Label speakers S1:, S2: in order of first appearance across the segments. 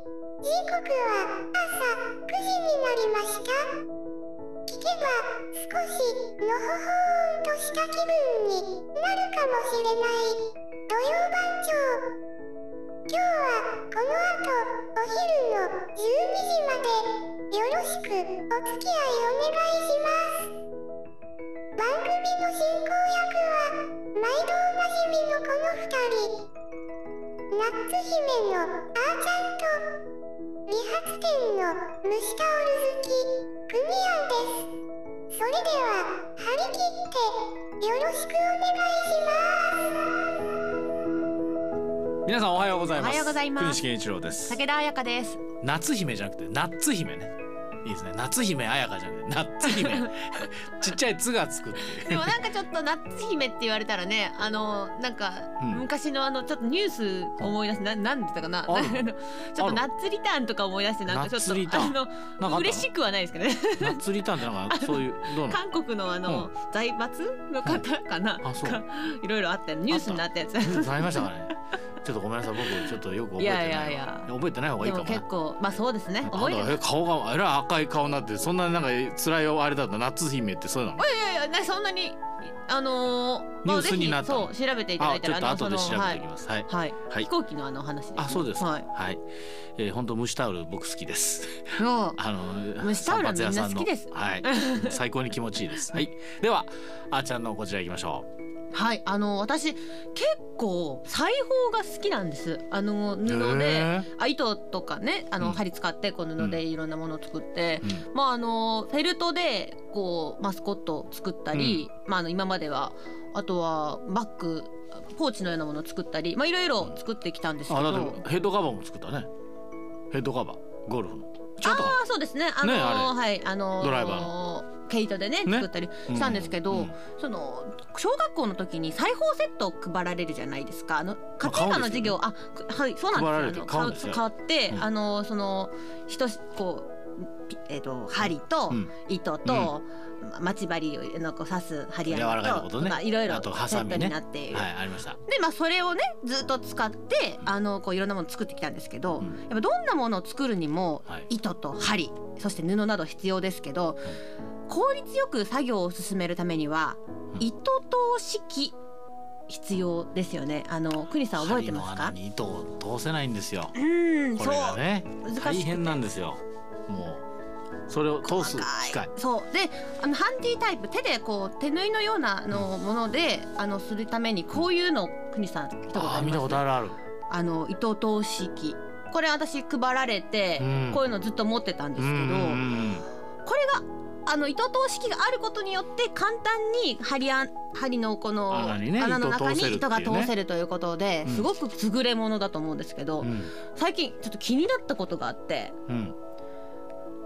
S1: 刻は朝9時になりました聞けば少しのほほーんとした気分になるかもしれない土曜番長今日はこの後お昼の12時までよろしくお付き合いお願いします番組の進行役は毎度おなじみのこの2人ナッツ姫のあーちゃんと理髪店の虫タオル好きクニアンですそれでは張り切ってよろしくお願いします
S2: 皆さんおはようございます。
S3: おはようございます
S2: 国士健一郎です。
S3: 武田彩香です。
S2: 夏姫じゃなくてナッツ姫ね。いいですね。夏姫彩香じゃなくてナッツ 姫。ちっちゃいつがつくって
S3: でもなんかちょっとナッツ姫って言われたらね、あのなんか
S2: うん
S3: 昔のあのちょっとニュース思い出す、ななんだったかな。
S2: あ
S3: ち
S2: る
S3: ょっとナッツリターンとか思い出してなんかちょ
S2: ナッツリ
S3: っ
S2: タ
S3: と
S2: ー
S3: あ
S2: ンなんかあ
S3: の
S2: った
S3: 嬉しくはないですけどね。
S2: ナッツリターンってなんかそういうどうなの？
S3: 韓国のあの、財閥の方かな、
S2: うんあそう
S3: が いろいろあったニュースになったやつ。
S2: ニュースありましたかね。ちょっとごめんなさい。僕ちょっとよく覚えてないわ。
S3: いやいやいや
S2: 覚えてない方がい
S3: で
S2: いか
S3: も
S2: もな
S3: 結。構まあそうです
S2: あ
S3: ね。覚えて
S2: なん
S3: る。
S2: かえ顔がえらい赤い顔になってそんななんか辛いあれだったナッツ姫ってそうなの？
S3: いやいやなそんなにあのー、まあ
S2: ニュースになった
S3: ぜ
S2: の
S3: ひそう調べていただ
S2: あ
S3: いた
S2: ちょ
S3: ら
S2: っと後で
S3: のそ
S2: 調
S3: の
S2: べていきます。はい。
S3: はい、
S2: は
S3: はいい、飛行機のあの話です、ね。
S2: あそうです
S3: はい。
S2: はい。えー、本当虫タオル僕好きです。
S3: の
S2: あの
S3: 虫タオルはみんな
S2: 散髪屋さの
S3: 好きです
S2: はい、 最高に気持ちいいです。はい、ではあーちゃんのこちら行きましょう。
S3: はい、あの私結構裁縫が好きなんです。あの布で、
S2: へ
S3: あ糸とかね、あの、
S2: うん
S3: 針使ってこう布でいろんなものを作って
S2: ー、うん
S3: まああのフェルトでこうマスコットを作ったり、まああの今まではあとはバッグ。ポーチのようなものを作ったり、まあいろいろ作ってきたんですけ
S2: あ
S3: ど、あ
S2: だってヘッドカバーも作ったね。ヘッドカバーゴルフの。ちょっと
S3: あそうですね、あの
S2: ね
S3: はい、あの
S2: ドライバー
S3: 毛糸でね
S2: ね
S3: 作ったりしたんですけど、
S2: うんうん
S3: その小学校の時に裁縫セットを配られるじゃないですかあの家庭科の授業あ,、くはいそう
S2: 配ら
S3: な
S2: れ
S3: ん
S2: てる
S3: ですよ
S2: 買う
S3: あの
S2: んですよ
S3: 買って、
S2: うん
S3: あのそのひとしこうピえっ、と針と
S2: うん
S3: 糸と、待ち針をなんか刺す針
S2: 柔らかい
S3: 穴
S2: こととね
S3: まあいろいろ
S2: あとハ
S3: セ
S2: サ
S3: ッ
S2: ミ
S3: ト
S2: ね
S3: になっている、
S2: はいありました。
S3: でまあそれをねずっと使ってあのこういろんなもの作ってきたんですけど、
S2: うん
S3: やっぱどんなものを作るにも
S2: はい
S3: 糸と針そして布など必要ですけど、効率よく作業を進めるためには
S2: うん
S3: 糸通し機必要ですよね。あの国さん覚えてます
S2: 針
S3: か
S2: の？穴に糸を通せないんですよ
S3: う。ーん、
S2: こ
S3: そう
S2: れがね
S3: 難しくて
S2: 大変なんですよ。もうそれを通す機械。
S3: そうであのハンディタイプ手でこう手縫いのようなあのものであのするためにこういうの国さん見たこと
S2: あ
S3: あ
S2: ー
S3: り
S2: 見た
S3: ま
S2: こ
S3: す
S2: とあるある。
S3: あの糸通し機これ私配られて、
S2: うん
S3: こういうのずっと持ってたんです
S2: う
S3: け
S2: ん
S3: ど、
S2: うん
S3: これがあの糸通し機があることによって簡単に針あん針のこの
S2: 穴にね
S3: 穴の中に
S2: 糸
S3: 糸
S2: を通せるっ
S3: が
S2: ていうね
S3: 通せるということで、
S2: うん
S3: すごく優れものだと思うんですけど、
S2: うんうん
S3: 最近ちょっと気になったことがあって
S2: うん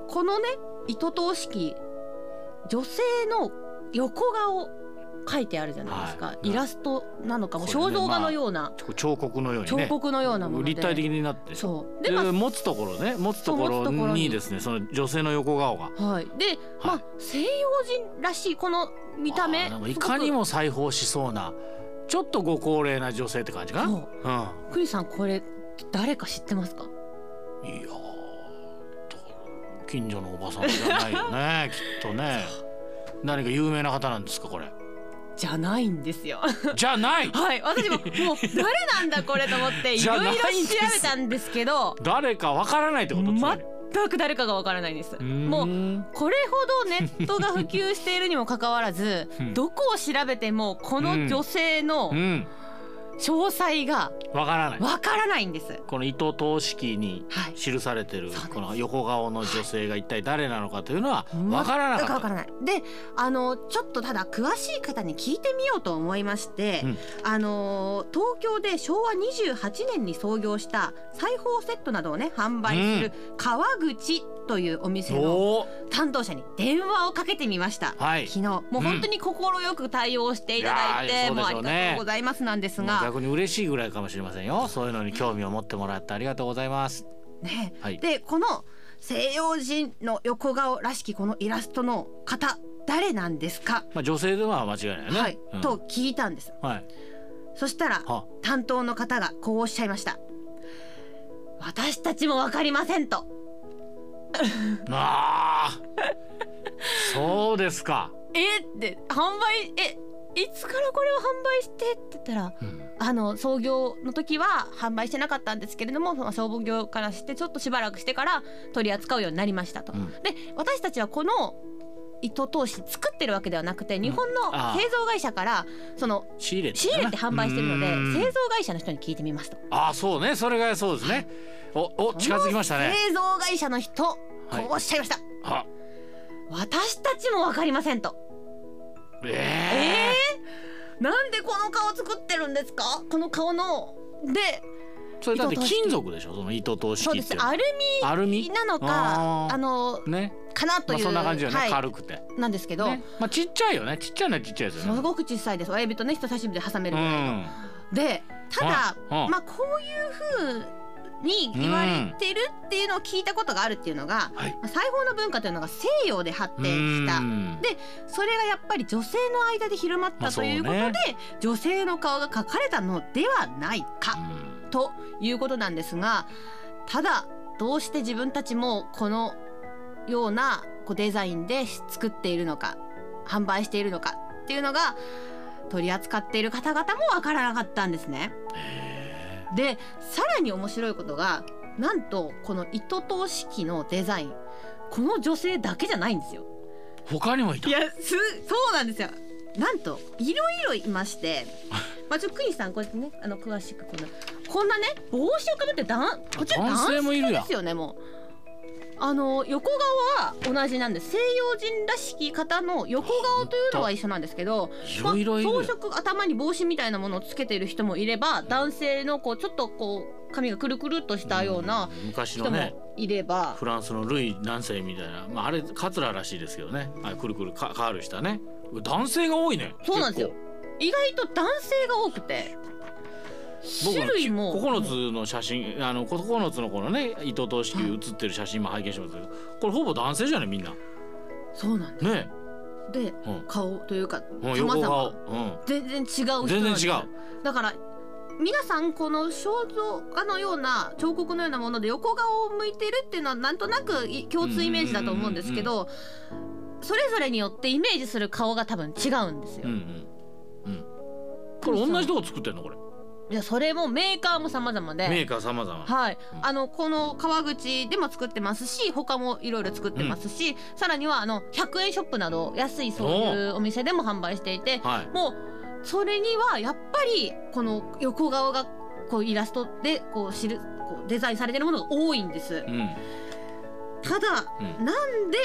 S3: このね糸通し機女性の横顔書いてあるじゃないですか、
S2: はい
S3: イラストなのかもう
S2: そうね
S3: 肖像画のような、
S2: こう彫刻のようにね。
S3: 彫刻のようなもので
S2: 立体的になって。
S3: そう
S2: で
S3: で、まあ
S2: 持つところね持つとこ
S3: そう持つとこ
S2: ろ
S3: ろ
S2: に
S3: に
S2: ですねその女性の横顔が
S3: はい、で、まあ西洋人らしいこの見た
S2: あー
S3: 目
S2: なんかいかにも裁縫しそうなちょっとご高齢な女性って感じか
S3: す
S2: な
S3: ごくクリさんこれ誰か知ってますか
S2: うんいやーと近所のおばさんじゃないよ ねきっとね何か有名な方なんですかこれ
S3: じゃないんですよ
S2: じゃない
S3: はい私ももう誰なんだこれと思って い
S2: じゃ
S3: ろ
S2: ないいん
S3: ろ調
S2: です
S3: べたんですけど
S2: 誰かわからないってことつまり
S3: 全く誰かがわからないんです
S2: うーん
S3: もうこれほどネットが普及しているにもかかわらず
S2: うん
S3: どこを調べてもこの女性の
S2: うん
S3: 詳細が
S2: わからない
S3: わからないんです
S2: この糸通し機に
S3: はい
S2: 記されてる
S3: そうです
S2: この横顔の女性が一体誰なのかというのは
S3: 全く
S2: わからなかった
S3: わからないであのちょっとただ詳しい方に聞いてみようと思いまして、
S2: うん
S3: あの東京で昭和28年に創業した裁縫セットなどをね販売する川口というお店の
S2: おー
S3: 担当者に電話をかけてみました。
S2: はい
S3: 昨日もう本当に快く対応していただい
S2: いやー
S3: て、
S2: そうで
S3: もうあ
S2: しょう
S3: り
S2: ね
S3: がとうございますなんです
S2: もう
S3: が、
S2: 逆に嬉しいぐらいかもしれませんよそういうのに興味を持ってもらってありがとうございます
S3: ね、
S2: はい
S3: でこの西洋人の横顔らしきこのイラストの方誰なんですか、
S2: まあ女性では間違いないよね
S3: はい、
S2: うん
S3: と聞いたんです
S2: はい
S3: そしたら
S2: は
S3: 担当の方がこうおっしゃいました私たちもわかりませんと
S2: ああそうですか、
S3: えって販売えいつからこれを販売してって言ったら
S2: うん
S3: あの創業の時は販売してなかったんですけれどもその消防業からしてちょっとしばらくしてから取り扱うようになりましたと。
S2: うん
S3: で私たちはこの糸通し作ってるわけではなくて日本の
S2: あー
S3: 製造会社からその
S2: 仕入れて
S3: 仕入れて販売してるので
S2: うん
S3: 製造会社の人に聞いてみますと。
S2: ああそうねそれがそうですねおお近づきましたね
S3: 製造会社の人こ
S2: はいう
S3: おっしゃいました。
S2: あ
S3: 私たちもわかりませんと。
S2: え
S3: なんでこの顔作ってるんですかこの顔ので
S2: えそれだって金属でしょその糸通し
S3: そう
S2: 器
S3: で
S2: って
S3: す
S2: いうのは
S3: アル
S2: アル
S3: ミ
S2: ミ
S3: なのか
S2: あ
S3: あ
S2: ー
S3: の
S2: ね
S3: かなと
S2: まあ
S3: いう、
S2: そんな感じよね、
S3: はい
S2: 軽くて、ね、
S3: なんですけど、
S2: まあちっちゃいよねちっちゃいのはちっちゃいです
S3: す
S2: よね
S3: ごく小さいです親指とね人差し指で挟める
S2: う
S3: ぐらいの、
S2: ん
S3: でただ、
S2: うんうん
S3: まあこういう風に言われてるっていうのを聞いたことがあるっていうのが、
S2: はい
S3: まあ裁縫の文化というのが西洋で発展した
S2: うん
S3: でそれがやっぱり女性の間で広まっ
S2: まあ
S3: たということで、
S2: そうね
S3: 女性の顔が描かれたのではないかということなんですがただどうして自分たちもこのようなこうデザインで作っているのか販売しているのかっていうのが取り扱っている方々もわからなかったんですね。
S2: うんへ
S3: でさらに面白いことがなんとこの糸通し機のデザインこの女性だけじゃないんですよ。
S2: え他にもいた
S3: いやすそうなんですよなんといろいろいま してまあちょっとクイーンさんこれねあの詳しくこのこんなね帽子をかぶってだんこっちは
S2: 男
S3: 男
S2: 性
S3: 性
S2: もいるやん
S3: ですよねもうあの横顔は同じなんです西洋人らしき方の横顔というのは一緒なんですけど
S2: い
S3: まあ
S2: ろいろいるよ
S3: 装飾頭に帽子みたいなものをつけている人もいれば男性のこうちょっとこう髪がくるくるっとしたような
S2: うん昔の
S3: 人
S2: ね
S3: もいれば、
S2: フランスのルイ何世みたいな、まあ、あれカツラらしいですけどねあれくるくるかカールしたね男性が多いね
S3: そうなんですよ意外と男性が多くて
S2: 結構僕
S3: 種類も
S2: 9つの写真あの9つのこのね糸通し器写ってる写真も拝見しますけどこれほぼ男性じゃないみんな
S3: そうなんです
S2: ね
S3: で、
S2: うん
S3: 顔というか
S2: え、うん、横
S3: 様々
S2: 顔、うん、
S3: 全然違う人なんです
S2: 全然違う
S3: だから皆さんこの肖像画のような彫刻のようなもので横顔を向いてるっていうのはなんとなくい共通イメージだと思うんですけどそれぞれによってイメージする顔が多分違うんですよ
S2: うん。うんうんこれ同じとこ作ってんのこれ
S3: いやそれもメーカーも様々
S2: メ
S3: で
S2: ーカー様々
S3: はい
S2: うん
S3: あのこの川口でも作ってますし他もいろいろ作ってますし、さらにはあの100円ショップなど安いそういうお店でも販売していて
S2: はい
S3: もうそれにはやっぱりこの横顔がこうイラストでこう知るこうデザインされてるものが多いんです
S2: う。ん
S3: ただ
S2: うん
S3: なんで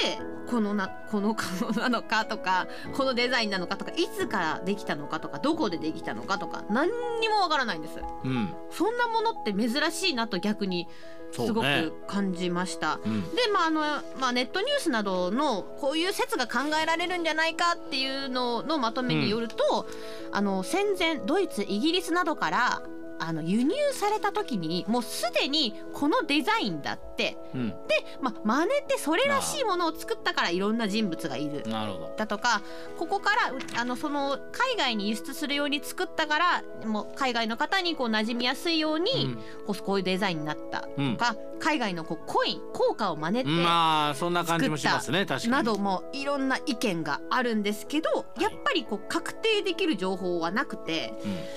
S3: このなこの顔なのかとかこのデザインなのかとかいつからできたのかとかどこでできたのかとか何にもわからないんです。
S2: うん
S3: そんなものって珍しいなと逆に
S2: そうね
S3: すごく感じました。
S2: うん
S3: でまああのまあ、ネットニュースなどのこういう説が考えられるんじゃないかっていうののまとめによると、あの戦前ドイツイギリスなどからあの輸入された時にもうすでにこのデザインだって、
S2: うん
S3: まあ、真似ってそれらしいものを作ったからいろんな人物がいる。
S2: なるほど
S3: だとかここからうあのその海外に輸出するように作ったからもう海外の方にこう馴染みやすいように、こうこういうデザインになった
S2: うんうん
S3: とか海外のこうコイン効果を真似て、
S2: まあそんな感じもしますね確かに
S3: などもいろんな意見があるんですけどやっぱりこう確定できる情報はなくて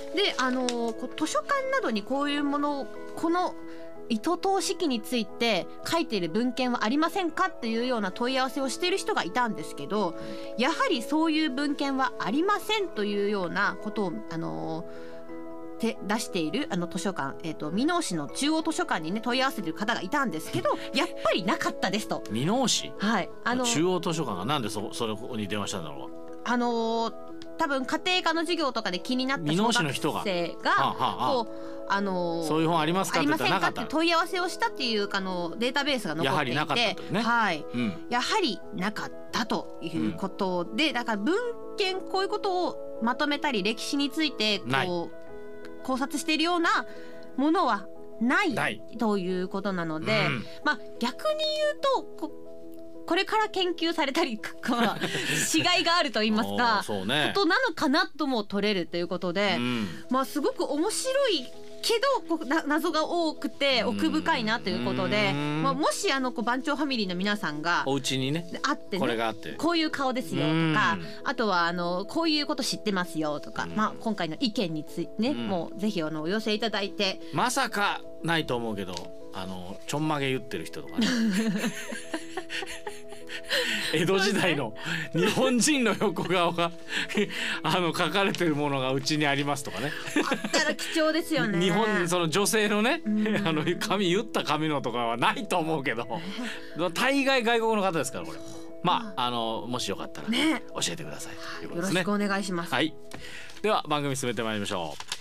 S2: うん
S3: で、あのーこう図書館などにこういうものをこの糸通し機について書いている文献はありませんかっていうような問い合わせをしている人がいたんですけどやはりそういう文献はありませんというようなことを、あのーて出しているあの図書館、えー、と箕面市の中央図書館にね問い合わせてる方がいたんですけどやっぱりなかったですと。
S2: 箕面市
S3: はい、あのー
S2: 中央図書館がなんでそそれに電話したんだろう
S3: あのー多分家庭科の授業とかで気になった
S2: 箕
S3: 小
S2: 面市の人が
S3: 学生
S2: あ
S3: が
S2: あああ
S3: こうあのー
S2: そういう本ありますか
S3: あ
S2: って
S3: り
S2: 言ったら
S3: ません
S2: なか
S3: か
S2: っ
S3: って
S2: たの
S3: 問い合わせをしたっていうあのデータベースが残ってい
S2: や
S3: て
S2: はりなかったとね
S3: はい、
S2: うん
S3: やはりなかったということで、だから文献こういうことをまとめたり歴史について
S2: ない
S3: こう考察しているようなものはない
S2: ない
S3: ということなので、
S2: うん
S3: まあ逆に言うとここれから研究されたりかかしがいがあると言います
S2: おー
S3: か
S2: そうね
S3: ことなのかなとも取れるということで、
S2: うん
S3: まあすごく面白いけどこうな謎が多くて奥深いなということで、
S2: うん
S3: まあ、もしあのこう番長ファミリーの皆さんが
S2: お家にね
S3: 会って
S2: これ
S3: ね
S2: があって
S3: こういう顔ですよと
S2: うん
S3: かあとはあのこういうこと知ってますよとか、
S2: うん
S3: まあ、今回の意見についてね、
S2: うん
S3: もうぜひあのお寄せいただいて
S2: まさかないと思うけどあのちょんまげ言ってる人とか ね江戸時代の日本人の横顔が あの書かれてるものがうちにありますとかね
S3: あったら貴重ですよ ね。
S2: 日本その女性のね、
S3: うん
S2: あの髪言った髪のとかはないと思うけど大概外国の方ですからこれまああのもしよかったら教
S3: ね
S2: えてくださいということで
S3: よろ
S2: すね
S3: しくお願いします。
S2: はいでは番組進めてまいりましょう